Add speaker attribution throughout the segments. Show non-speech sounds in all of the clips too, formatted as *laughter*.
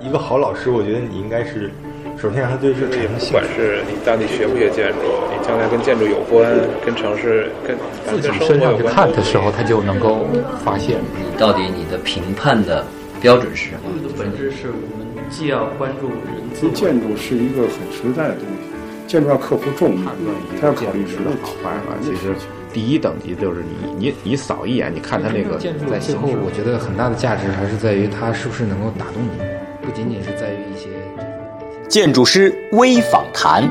Speaker 1: 一个好老师，我觉得你应该是首先让他对这个
Speaker 2: 也
Speaker 1: 有
Speaker 2: 不
Speaker 1: 兴
Speaker 2: 管
Speaker 1: 趣。
Speaker 2: 是你到底学不学建筑，你将来跟建筑有关，跟城市、跟
Speaker 3: 自己
Speaker 2: 跟
Speaker 3: 身
Speaker 2: 生活
Speaker 3: 上
Speaker 2: 有
Speaker 3: 去
Speaker 2: 关
Speaker 3: 看的时候，他就能够发现。
Speaker 4: 你到底你的评判的标准是什
Speaker 5: 我们
Speaker 4: 么？
Speaker 5: 的本质是我们既要关注人自
Speaker 6: 其实
Speaker 7: 嗯
Speaker 5: 我，
Speaker 6: 建筑是一个很实在的东西，建筑要克服众议
Speaker 7: 判断，一个
Speaker 6: 它要
Speaker 7: 建
Speaker 6: 考虑
Speaker 7: 筑
Speaker 6: 实
Speaker 7: 的
Speaker 6: 物
Speaker 7: 好坏啊，其实第一等级就是你你你扫一眼，你看它那个
Speaker 3: 建筑
Speaker 7: 在
Speaker 3: 最
Speaker 7: 形
Speaker 3: 后
Speaker 7: 式，
Speaker 3: 我觉得很大的价值还是在于它是不是能够打动你，不仅仅是在于一些。
Speaker 8: 建筑师微访谈。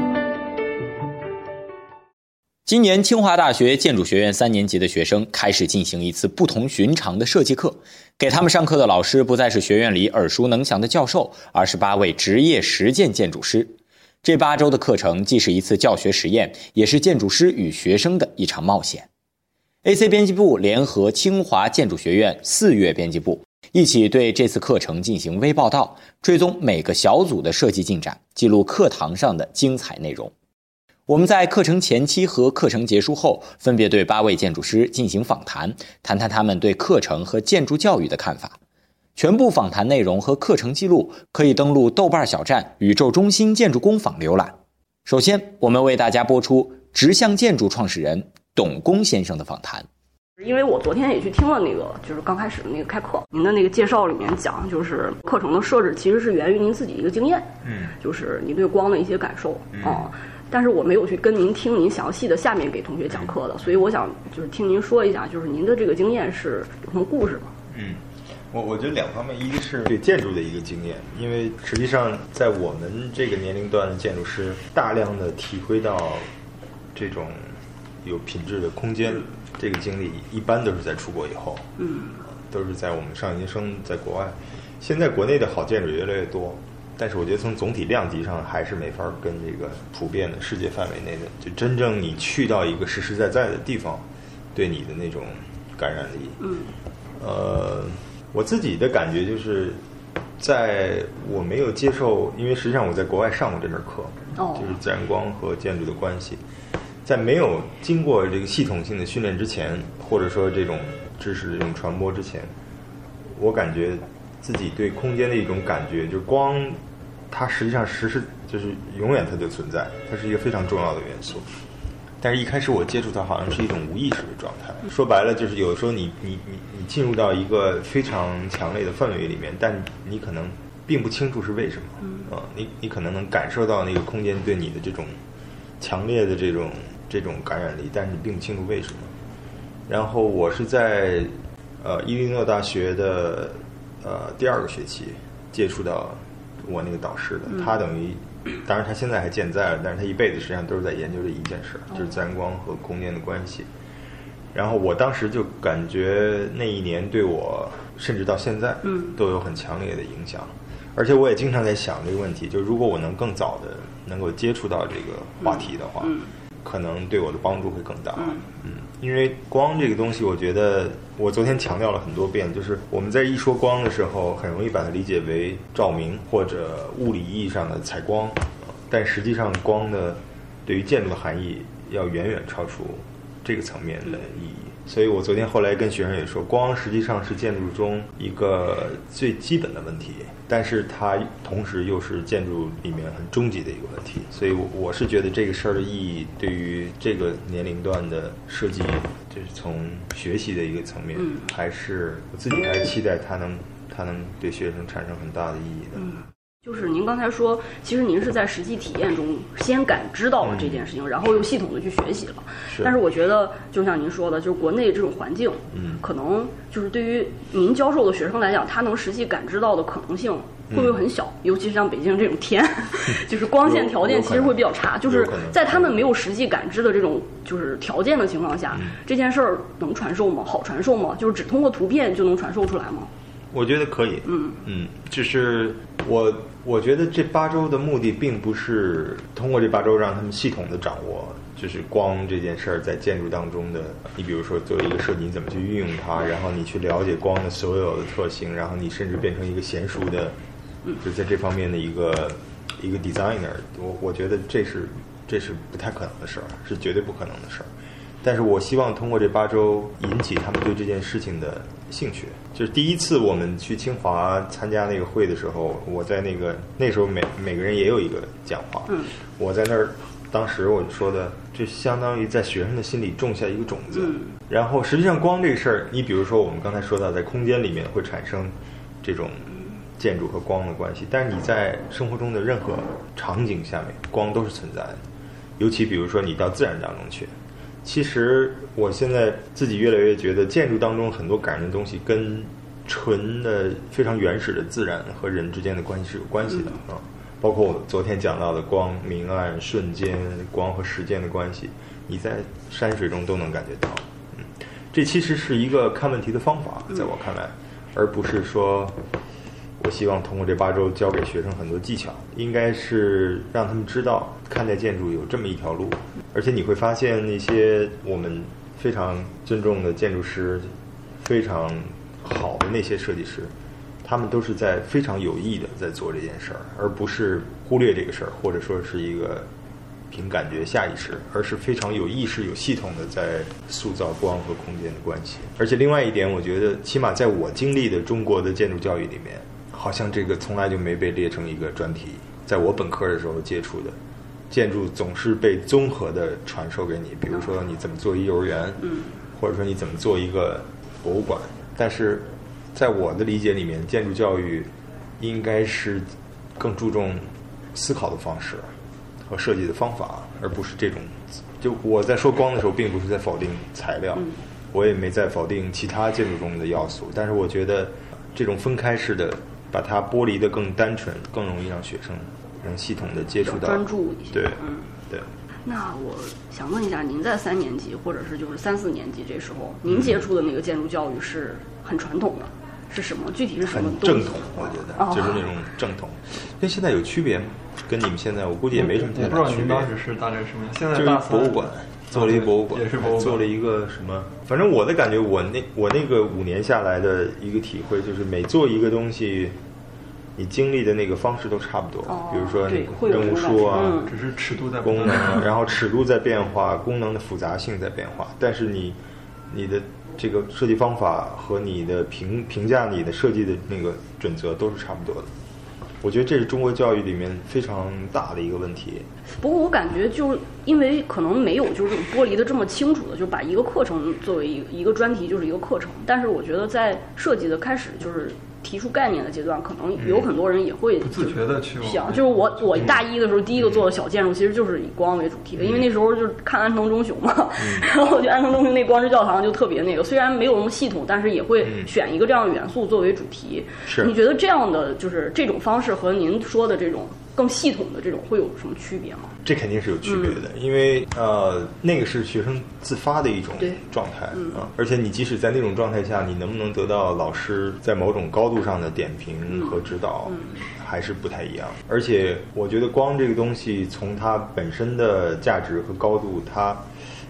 Speaker 8: 今年清华大学建筑学院三年级的学生开始进行一次不同寻常的设计课，给他们上课的老师不再是学院里耳熟能详的教授，而是八位职业实践建筑师。这八周的课程既是一次教学实验，也是建筑师与学生的一场冒险。AC 编辑部联合清华建筑学院四月编辑部一起对这次课程进行微报道，追踪每个小组的设计进展，记录课堂上的精彩内容。我们在课程前期和课程结束后，分别对八位建筑师进行访谈，谈谈他们对课程和建筑教育的看法。全部访谈内容和课程记录可以登录豆瓣小站“宇宙中心建筑工坊”浏览。首先，我们为大家播出直向建筑创始人董工先生的访谈。
Speaker 9: 因为我昨天也去听了那个，就是刚开始那个开课，您的那个介绍里面讲，就是课程的设置其实是源于您自己一个经验，
Speaker 1: 嗯，
Speaker 9: 就是您对光的一些感受啊、但是我没有去跟您听您详细的下面给同学讲课的，所以我想就是听您说一下，就是您的这个经验是有什么故事吗？
Speaker 1: 嗯，我我觉得两方面，一个是对建筑的一个经验，因为实际上在我们这个年龄段的建筑师，大量的体会到这种有品质的空间，这个经历一般都是在出国以后，
Speaker 9: 嗯，
Speaker 1: 都是在我们上研究生在国外。现在国内的好建筑越来越多，但是我觉得从总体量级上还是没法跟这个普遍的世界范围内的，就真正你去到一个实实在在的地方，对你的那种感染力，
Speaker 9: 嗯，
Speaker 1: 呃，我自己的感觉就是，在我没有接受，因为实际上我在国外上过这门课，
Speaker 9: 哦
Speaker 1: 就是自然光和建筑的关系，在没有经过这个系统性的训练之前，或者说这种知识的这种传播之前，我感觉自己对空间的一种感觉，就是光，它实际上实是就是永远它的存在，它是一个非常重要的元素。但是，一开始我接触它好像是一种无意识的状态。说白了，就是有时候你你你你进入到一个非常强烈的氛围里面，但你可能并不清楚是为什么。啊，你你可能能感受到那个空间对你的这种强烈的这种这种感染力，但是你并不清楚为什么。然后我是在呃伊利诺大学的呃第二个学期接触到我那个导师的，他等于，当然他现在还健在了，但是他一辈子实际上都是在研究这一件事儿，就是自然光和空间的关系。然后我当时就感觉那一年对我，甚至到现在，
Speaker 9: 嗯
Speaker 1: 都有很强烈的影响。而且我也经常在想这个问题，就如果我能更早的能够接触到这个话题的话，
Speaker 9: 嗯
Speaker 1: 可能对我的帮助会更大。
Speaker 9: 嗯
Speaker 1: 因为光这个东西，我觉得我昨天强调了很多遍，就是我们在一说光的时候，很容易把它理解为照明或者物理意义上的采光，但实际上光的对于建筑的含义要远远超出这个层面的意义。所以我昨天后来跟学生也说，光实际上是建筑中一个最基本的问题，但是它同时又是建筑里面很终极的一个问题。所以我，我是觉得这个事儿的意义对于这个年龄段的设计，就是从学习的一个层面，
Speaker 9: 嗯
Speaker 1: 还是我自己还是期待它能它能对学生产生很大的意义的。
Speaker 9: 嗯，就是您刚才说，其实您是在实际体验中先感知到了这件事情，然后又系统的去学习了。
Speaker 1: 嗯是
Speaker 9: 但是我觉得，就像您说的，就是国内这种环境，
Speaker 1: 嗯
Speaker 9: 可能就是对于您教授的学生来讲，他能实际感知到的可能性
Speaker 1: 嗯
Speaker 9: 会不会很小？尤其是像北京这种
Speaker 1: *laughs*
Speaker 9: 天，就是光线条件其实会比较差，
Speaker 1: 有
Speaker 9: 就
Speaker 1: 可能
Speaker 9: 是在他们没有实际感知的这种就是条件的情况下，
Speaker 1: 嗯
Speaker 9: 这件事儿能传授吗？好传授吗？就是只通过图片就能传授出来吗？
Speaker 1: 我觉得可以，
Speaker 9: 嗯
Speaker 1: 嗯，就是我我觉得这八周的目的并不是通过这八周让他们系统的掌握，就是光这件事儿在建筑当中的，你比如说作为一个设计，你怎么去运用它，然后你去了解光的所有的特性，然后你甚至变成一个娴熟的，就在这方面的一个一个 designer，我我觉得这是这是不太可能的事儿，是绝对不可能的事儿。但是我希望通过这八周引起他们对这件事情的兴趣。就是第一次我们去清华参加那个会的时候，我在那个那时候每每个人也有一个讲话，
Speaker 9: 嗯
Speaker 1: 我在那儿，当时我说的，就相当于在学生的心里种下一个种子。然后实际上光这个事儿，你比如说我们刚才说到，在空间里面会产生这种建筑和光的关系，但是你在生活中的任何场景下面，光都是存在的。尤其比如说你到自然当中去，其实我现在自己越来越觉得，建筑当中很多感人的东西跟纯的非常原始的自然和人之间的关系是有关系的啊。包括我昨天讲到的光、明暗、瞬间、光和时间的关系，你在山水中都能感觉到。嗯，这其实是一个看问题的方法，在我看来，而不是说我希望通过这八周教给学生很多技巧，应该是让他们知道看待建筑有这么一条路，而且你会发现一些我们非常尊重的建筑师，非常好的那些设计师，他们都是在非常有意的在做这件事儿，而不是忽略这个事儿，或者说是一个凭感觉、下意识，而是非常有意识、有系统的在塑造光和空间的关系。而且另外一点，我觉得起码在我经历的中国的建筑教育里面，好像这个从来就没被列成一个专题。在我本科的时候接触的建筑，总是被综合的传授给你，比如说你怎么做一幼儿园，或者说你怎么做一个博物馆。但是在我的理解里面，建筑教育应该是更注重思考的方式和设计的方法，而不是这种。就我在说光的时候，并不是在否定材料，
Speaker 9: 嗯
Speaker 1: 我也没在否定其他建筑中的要素，但是我觉得这种分开式的，把它剥离的更单纯，更容易让学生能系统的接触到
Speaker 9: 专注一些。
Speaker 1: 对
Speaker 9: 嗯。
Speaker 1: 对。
Speaker 9: 那我想问一下，您在三年级或者是就是三四年级这时候，您接触的那个建筑教育是很传统的，是什么？具体是什
Speaker 1: 很
Speaker 9: 么东西？
Speaker 1: 正统，我觉得、
Speaker 9: 哦
Speaker 1: 就是那种正统，跟现在有区别吗？跟你们现在我估计也没什么
Speaker 10: 我
Speaker 1: 太
Speaker 10: 不知
Speaker 1: 大
Speaker 10: 道
Speaker 1: 区
Speaker 10: 您
Speaker 1: 别
Speaker 10: 当。时是大概什么样。现在
Speaker 1: 就是一
Speaker 10: 大
Speaker 1: 博
Speaker 10: 三啊
Speaker 1: 物馆，做了一博物馆，
Speaker 10: 也是博物馆
Speaker 1: 做了一个什么？反正我的感觉，我那我那个五年下来的一个体会就是，每做一个东西，你经历的那个方式都差不多。
Speaker 9: 哦
Speaker 1: 比如说
Speaker 9: 对
Speaker 1: 你
Speaker 9: 会有
Speaker 1: 任务
Speaker 9: 这种
Speaker 1: 书啊，
Speaker 9: 感觉嗯
Speaker 10: 只是尺度在不
Speaker 1: 功
Speaker 10: 断地
Speaker 1: 能，啊然后尺度在变化，功能的复杂性在变化，但是你你的这个设计方法和你的评评价你的设计的那个准则都是差不多的。我觉得这是中国教育里面非常大的一个问题。
Speaker 9: 不过我感觉就是因为可能没有就是剥离的这么清楚的，就把一个课程作为一个一个专题就是一个课程。但是我觉得在设计的开始就是提出概念的阶段，可
Speaker 1: 嗯
Speaker 9: 能有很多人也会
Speaker 10: 不自觉的去往
Speaker 9: 想，就是我我大一的时候第一个做的小建筑其实就是以光为主题的，因为那时候就是看安藤忠雄嘛， *laughs* 然后我觉得安藤忠雄那光之教堂就特别那个，虽然没有那么系统，但是也会选一个这样的元素作为主题。
Speaker 1: 是
Speaker 9: 你觉得这样的就是这种方式和您说的这种更系统的这种会有什么区别吗？
Speaker 1: 这肯定是有区别的，因为呃，那个是学生自发的一种
Speaker 9: 对
Speaker 1: 状态啊，而且你即使在那种状态下，你能不能得到老师在某种高度上的点评和指导，还是不太一样。而且我觉得光这个东西，从它本身的价值和高度，它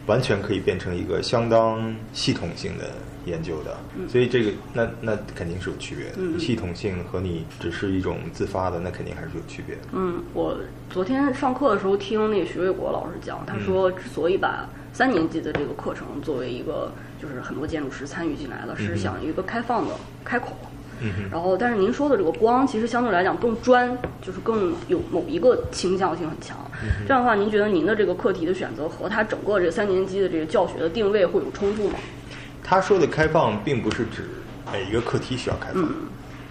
Speaker 1: 完全可以变成一个相当系统性的研究的，所以这个那那肯定是有区别的，系统性和你只是一种自发的，那肯定还是有区别的。
Speaker 9: 嗯，我昨天上课的时候听那个徐卫国老师讲，他说之所以把三年级的这个课程作为一个就是很多建筑师参与进来了，是想一个开放的开口。
Speaker 1: 哼
Speaker 9: 然后，但是您说的这个光，其实相对来讲更专，就是更有某一个倾向性很强。这样的话，您觉得您的这个课题的选择和他整个这三年级的这个教学的定位会有冲突吗？
Speaker 1: 他说的开放，并不是指每一个课题需要开放，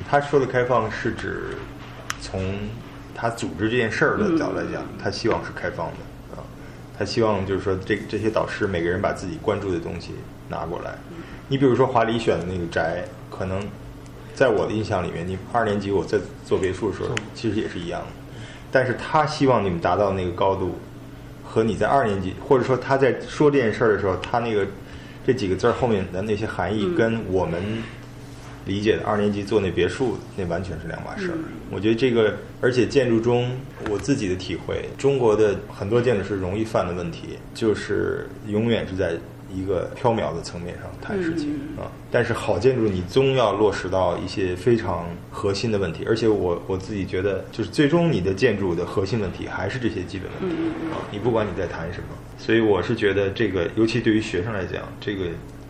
Speaker 1: 他说的开放是指从他组织这件事儿的角度来讲，他希望是开放的啊，他希望就是说这这些导师每个人把自己关注的东西拿过来。你比如说华理选的那个宅，可能在我的印象里面，你二年级我在做别墅的时候，其实也是一样的，但是他希望你们达到那个高度，和你在二年级，或者说他在说这件事儿的时候，他那个这几个字儿后面的那些含义，跟我们理解的二年级做那别墅那完全是两码事儿。我觉得这个，而且建筑中我自己的体会，中国的很多建筑师容易犯
Speaker 9: 嗯
Speaker 1: 的问题，就是永远是在一个缥缈的层面上谈事情、啊。但是好建筑你终要落实到一些非常核心的问题，而且我我自己觉得，就是最终你的建筑的核心问题还是这些基本问题
Speaker 9: 嗯
Speaker 1: 啊，你不管你在谈什么，所以我是觉得这个，尤其对于学生来讲，这个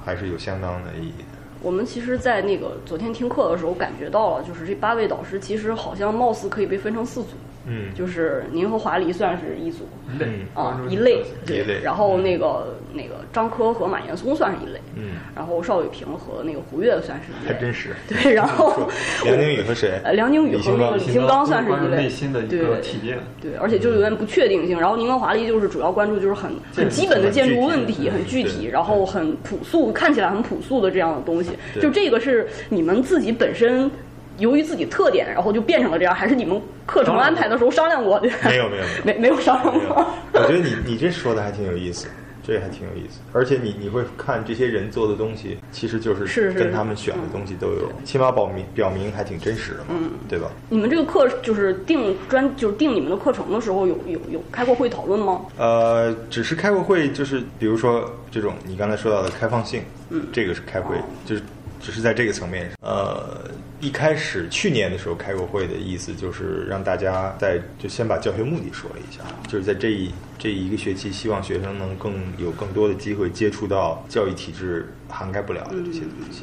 Speaker 1: 还是有相当的意义的。
Speaker 9: 我们其实，在那个昨天听课的时候感觉到了，就是这八位导师其实好像貌似可以被分成四组，
Speaker 1: 嗯，
Speaker 9: 就是您和华黎算是一组
Speaker 1: 嗯
Speaker 9: 啊，一类，
Speaker 1: 一
Speaker 9: 对
Speaker 1: 类
Speaker 9: 然后那个那个张科和马岩松算是一类，
Speaker 1: 嗯，
Speaker 9: 然后邵雨平和那个胡越算是一
Speaker 1: 还
Speaker 9: 类，
Speaker 1: 真是。
Speaker 9: 对，然后
Speaker 1: 梁宁宇和谁？
Speaker 9: 呃梁宁宇
Speaker 1: 李
Speaker 9: 和
Speaker 1: 兴
Speaker 9: 那
Speaker 1: 刚
Speaker 9: 个李兴刚算是
Speaker 10: 关
Speaker 9: 一
Speaker 10: 于
Speaker 9: 类，
Speaker 10: 内心的一
Speaker 9: 对
Speaker 10: 个体验。
Speaker 9: 对，而且就有点不确定性。然后宁跟华丽就是主要关注就是很
Speaker 1: 建筑
Speaker 9: 很基本的建筑问题，
Speaker 1: 很
Speaker 9: 很
Speaker 1: 具体
Speaker 9: 具
Speaker 1: 对
Speaker 9: 体，然后很朴素，看起来很朴素的这样的东西。
Speaker 1: 对
Speaker 9: 就这个是你们自己本身由于自己特点，然后就变成了这样，还是你们课程安排的时候商量过的？
Speaker 1: 没有没有没有
Speaker 9: 没没有 *laughs* 商量
Speaker 1: 没有
Speaker 9: 过。
Speaker 1: 我觉得你你这说的还挺有意思，这还挺有意思。而且你你会看这些人做的东西，其实就是
Speaker 9: 是是
Speaker 1: 跟他们选的东西都有，起码表明表明还挺真实的嘛，
Speaker 9: 嗯
Speaker 1: 对吧？
Speaker 9: 你们这个课就是定专就是定你们的课程的时候有有有开过会讨论吗？
Speaker 1: 呃，只是开过会，就是比如说这种你刚才说到的开放性，嗯，这个是开会，就是只是在这个层面上。呃，一开始去年的时候开过会的意思就是让大家在就先把教学目的说了一下，就是在这一这一个学期，希望学生能更有更多的机会接触到教育体制涵盖不了的这些东西。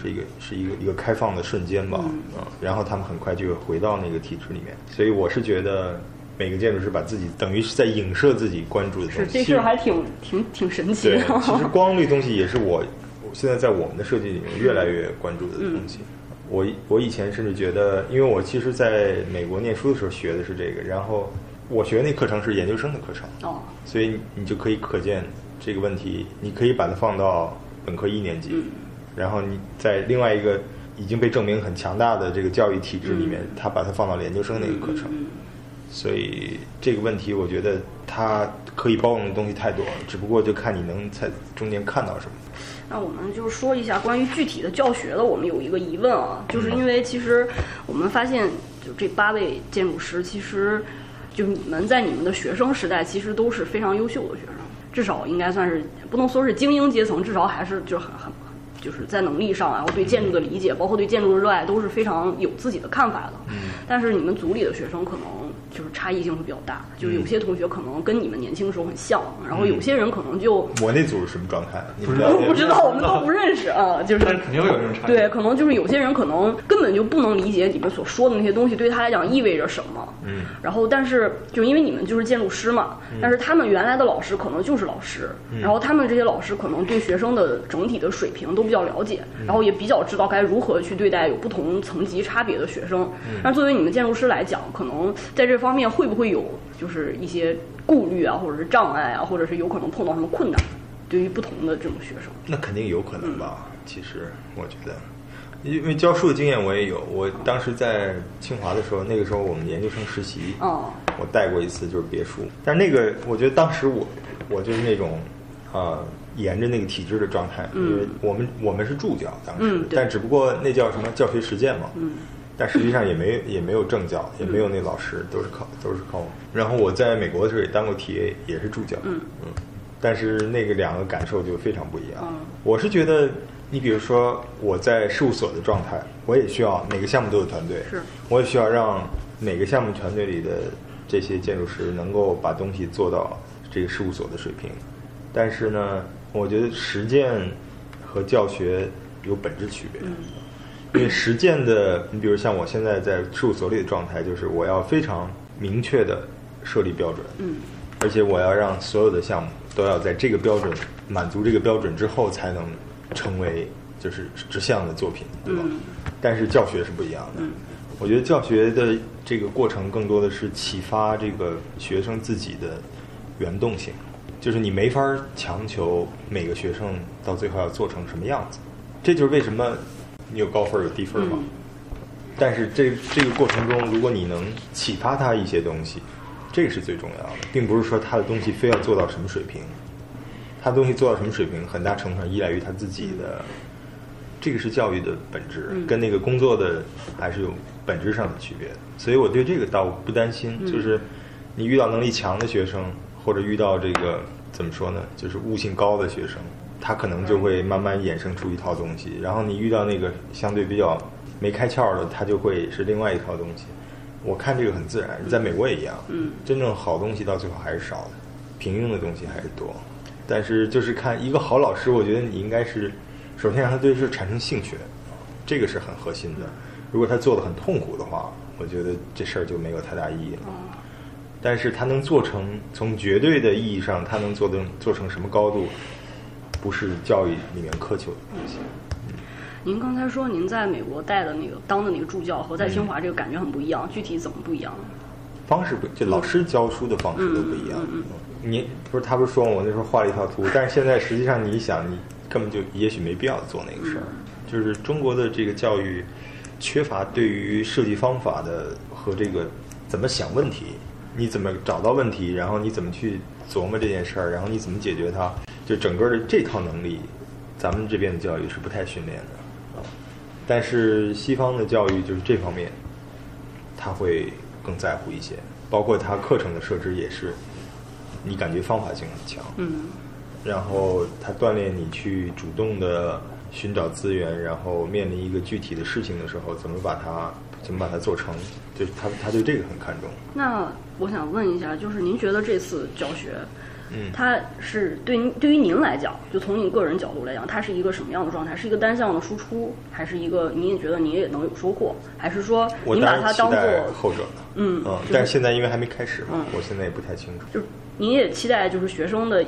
Speaker 1: 是一个是一个一个开放的瞬间吧，嗯，然后他们很快就会回到那个体制里面，所以我是觉得每个建筑师把自己等于是在影射自己关注的东
Speaker 9: 是
Speaker 1: 西，
Speaker 9: 这
Speaker 1: 其
Speaker 9: 事
Speaker 1: 实
Speaker 9: 儿还挺挺挺神奇 *laughs*
Speaker 1: 对
Speaker 9: 的。，
Speaker 1: 其实光这东西也是我我现在在我们的设计里面越来越关注的东西。我我以前甚至觉得，因为我其实在美国念书的时候学的是这个，然后我学那课程是研究生的课程，
Speaker 9: 哦，
Speaker 1: 所以你就可以可见这个问题，你可以把它放到本科一年级，然后你在另外一个已经被证明很强大的这个教育体制里面，他把它放到了研究生那个课程。所以这个问题，我觉得它可以包容的东西太多了，只不过就看你能在中间看到什么。
Speaker 9: 那我们就说一下关于具体的教学的，我们有一个疑问啊，就是因为其实我们发现，就这八位建筑师，其实就你们在你们的学生时代，其实都是非常优秀的学生，至少应该算是不能说是精英阶层，至少还是就是很很。就是在能力上啊，然后对建筑的理解，包括对建筑的热爱，都是非常有自己的看法的。嗯，但是你们组里的学生可能就是差异性会比较大，就是有些同学可能跟你们年轻时候很像，然后有些人可能就
Speaker 1: 我那组是什么状态？你们
Speaker 10: 不知
Speaker 1: 了
Speaker 10: 道
Speaker 9: 都
Speaker 1: 解
Speaker 9: 不
Speaker 1: 吗
Speaker 9: 知道，我们都不认识啊，就是
Speaker 10: 但是肯定会有这种差异
Speaker 9: 对，可能就是有些人可能根本就不能理解你们所说的那些东西对他来讲意味着什么。
Speaker 1: 嗯，
Speaker 9: 然后但是就因为你们就是建筑师嘛，但是他们原来的老师可能就是老师，
Speaker 1: 嗯
Speaker 9: 然后他们这些老师可能对学生的整体的水平都比较了解，
Speaker 1: 嗯
Speaker 9: 然后也比较知道该如何去对待有不同层级差别的学生。
Speaker 1: 嗯
Speaker 9: 那作为你们建筑师来讲，可能在这方面会不会有就是一些顾虑啊，或者是障碍啊，或者是有可能碰到什么困难？对于不同的这种学生，
Speaker 1: 那肯定有可能吧。其实我觉得，因为教书的经验我也有。我当时在清华的时候，那个时候我们研究生实习，
Speaker 9: 哦，
Speaker 1: 我带过一次就是别墅，但是那个我觉得当时我我就是那种啊、呃沿着那个体制的状态，
Speaker 9: 嗯
Speaker 1: 因为我们我们是助教当时，
Speaker 9: 嗯对
Speaker 1: 但只不过那叫什么教学实践嘛，
Speaker 9: 嗯
Speaker 1: 但实际上也没也没有政教，也没有那老师，都是靠都是靠我。然后我在美国的时候也当过 TA，也是助教，
Speaker 9: 嗯
Speaker 1: 但是那个两个感受就非常不一样。
Speaker 9: 嗯
Speaker 1: 我是觉得，你比如说我在事务所的状态，我也需要每个项目都有团队，
Speaker 9: 是
Speaker 1: 我也需要让每个项目团队里的这些建筑师能够把东西做到这个事务所的水平。但是呢，我觉得实践和教学有本质区别。因为实践的，你比如像我现在在事务所里的状态，就是我要非常明确的设立标准，
Speaker 9: 嗯，
Speaker 1: 而且我要让所有的项目都要在这个标准满足这个标准之后，才能成为就是指向的作品，对吧？
Speaker 9: 嗯
Speaker 1: 但是教学是不一样的，我觉得教学的这个过程更多的是启发这个学生自己的原动性，就是你没法儿强求每个学生到最后要做成什么样子，这就是为什么你有高分儿有低分儿嘛。
Speaker 9: 嗯
Speaker 1: 但是这这个过程中，如果你能启发他一些东西，这个是最重要的，并不是说他的东西非要做到什么水平，他的东西做到什么水平，很大程度上依赖于他自己的，这个是教育的本质，跟那个工作的还是有本质上的区别的。所以我对这个倒不担心，就是你遇到能力强的学生，或者遇到这个怎么说呢，就是悟性高的学生，它可能就会慢慢衍生出一套东西。然后你遇到那个相对比较没开窍的，它就会是另外一套东西。我看这个很自然，在美国也一样。
Speaker 9: 嗯，
Speaker 1: 真正好东西到最后还是少的，平庸的东西还是多。但是就是看一个好老师，我觉得你应该是首先让他对这产生兴趣，这个是很核心的。如果他做的很痛苦的话，我觉得这事儿就没有太大意义了。但是他能做成，从绝对的意义上，他能做的做成什么高度，不是教育里面苛求的东西。
Speaker 9: 您刚才说您在美国带的那个当的那个助教和在清华这个感觉很不一样，具体怎么不一样呢？
Speaker 1: 方式不，就老师教书的方式都不一样。你不是他不是说我那时候画了一套图，但是现在实际上你一想，你根本就也许没必要做那个事儿。就是中国的这个教育缺乏对于设计方法的和这个怎么想问题，你怎么找到问题，然后你怎么去琢磨这件事儿，然后你怎么解决它，就整个的这套能力，咱们这边的教育是不太训练的啊。但是西方的教育就是这方面，他会更在乎一些，包括他课程的设置也是，你感觉方法性很强，
Speaker 9: 嗯，
Speaker 1: 然后他锻炼你去主动的寻找资源，然后面临一个具体的事情的时候，怎么把它怎么把它做成，就是他他对这个很看重。
Speaker 9: 那我想问一下，就是您觉得这次教学，
Speaker 1: 嗯
Speaker 9: 它是对您对于您来讲，就从你个人角度来讲，它是一个什么样的状态？是一个单向的输出，还是一个您也觉得您也能有收获，还是说
Speaker 1: 我
Speaker 9: 您
Speaker 1: 当
Speaker 9: 把
Speaker 1: 然
Speaker 9: 它
Speaker 1: 期
Speaker 9: 当做
Speaker 1: 待后者了，
Speaker 9: 嗯就是
Speaker 1: 但是现在因为还没开始嘛，
Speaker 9: 嗯
Speaker 1: 我现在也不太清楚。
Speaker 9: 就是您也期待就是学生的，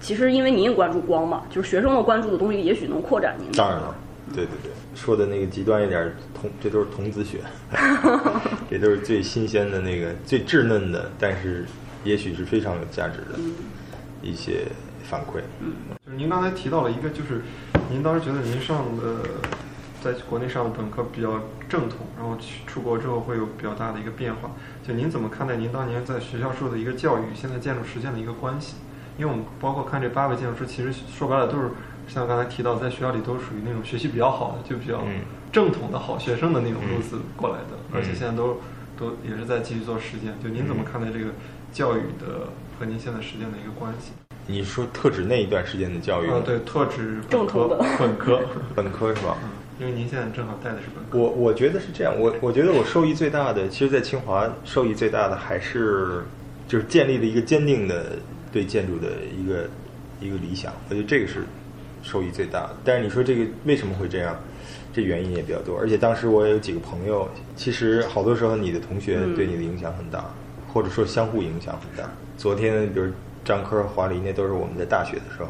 Speaker 9: 其实因为您也关注光嘛，就是学生的关注的东西也许能扩展您的。
Speaker 1: 当然了，对对对，说的那个极端一点儿，童这都是童子 *laughs* 血，这都是最新鲜的那个最稚嫩的，但是也许是非常有价值的一些反馈。
Speaker 10: 就是您刚才提到了一个，就是您当时觉得您上的在国内上的本科比较正统，然后去出国之后会有比较大的一个变化。就您怎么看待您当年在学校受的一个教育，现在建筑实践的一个关系？因为我们包括看这八位建筑师，其实说白了都是像刚才提到，在学校里都是属于那种学习比较好的，就比较
Speaker 1: 嗯
Speaker 10: 正统的好学生的那种路子过来的，
Speaker 1: 嗯
Speaker 10: 而且现在都都也是在继续做实践。就您怎么看待这个教育的和您现在实践的一个关系？
Speaker 1: 你说特指那一段时间的教育吗
Speaker 10: 啊，对，特指
Speaker 9: 正
Speaker 10: 本科
Speaker 9: 统的
Speaker 10: *laughs* 本科，
Speaker 1: 本科是吧？
Speaker 10: 因为您现在正好带的是本科。
Speaker 1: 我我觉得是这样，我我觉得我受益最大的，其实，在清华受益最大的还是就是建立了一个坚定的对建筑的一个一个理想，我觉得这个是受益最大的。但是你说这个为什么会这样，这原因也比较多，而且当时我也有几个朋友，其实好多时候你的同学对你的影响很大，或者说相互影响很大。昨天比如张科、华黎，那都是我们在大学的时候，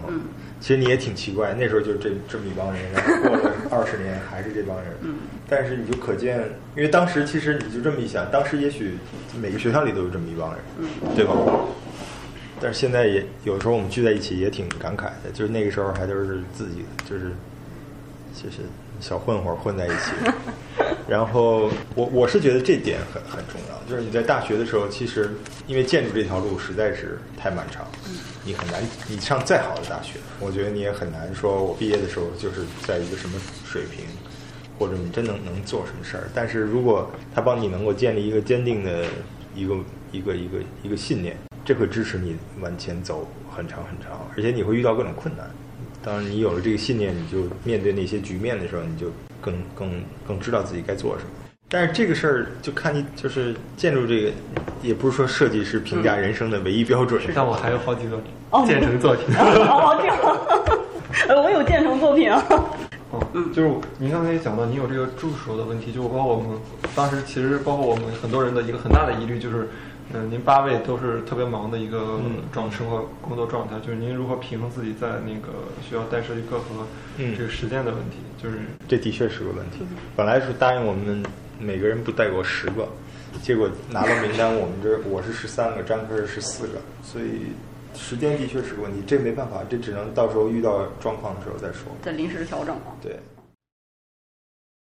Speaker 1: 其实你也挺奇怪，那时候就这这么一帮人，然后过了二十年还是这帮人，但是你就可见，因为当时其实你就这么一想，当时也许每个学校里都有这么一帮人，对吧？但是现在也有时候我们聚在一起也挺感慨的，就是那个时候还都是自己的，就是就是小混混混在一起。 *laughs* 然后我我是觉得这点很很重要，就是你在大学的时候，其实因为建筑这条路实在是太漫长，你很难你上再好的大学，我觉得你也很难说我毕业的时候就是在一个什么水平，或者你真能能做什么事儿。但是如果他帮你能够建立一个坚定的一个一个一个一个信念，这会支持你往前走很长很长，而且你会遇到各种困难。当你有了这个信念，你就面对那些局面的时候，你就更更更知道自己该做什么。但是这个事儿就看你就是建筑这个，也不是说设计是评价人生的唯一标准。
Speaker 10: 但我还有好几个
Speaker 9: 哦
Speaker 10: 建成作品。
Speaker 9: *laughs* *laughs* 哦，这样，呃我有建成作品啊。
Speaker 10: 嗯，就是您刚才也讲到，您有这个住手的问题，就包括我们当时其实包括我们很多人的一个很大的疑虑就是，嗯、您八位都是特别忙的一个状生活工作状态，就是您如何平衡自己在那个学校带设计课和
Speaker 1: 嗯
Speaker 10: 这个实践的问题，就是
Speaker 1: 这的确是个问题。本来是答应我们每个人不带过十个，结果拿到名单，我们这我是十三个，张科是十四个，所以时间的确是个问题，这没办法，这只能到时候遇到状况的时候再说。
Speaker 9: 再临时调整了。
Speaker 1: 对。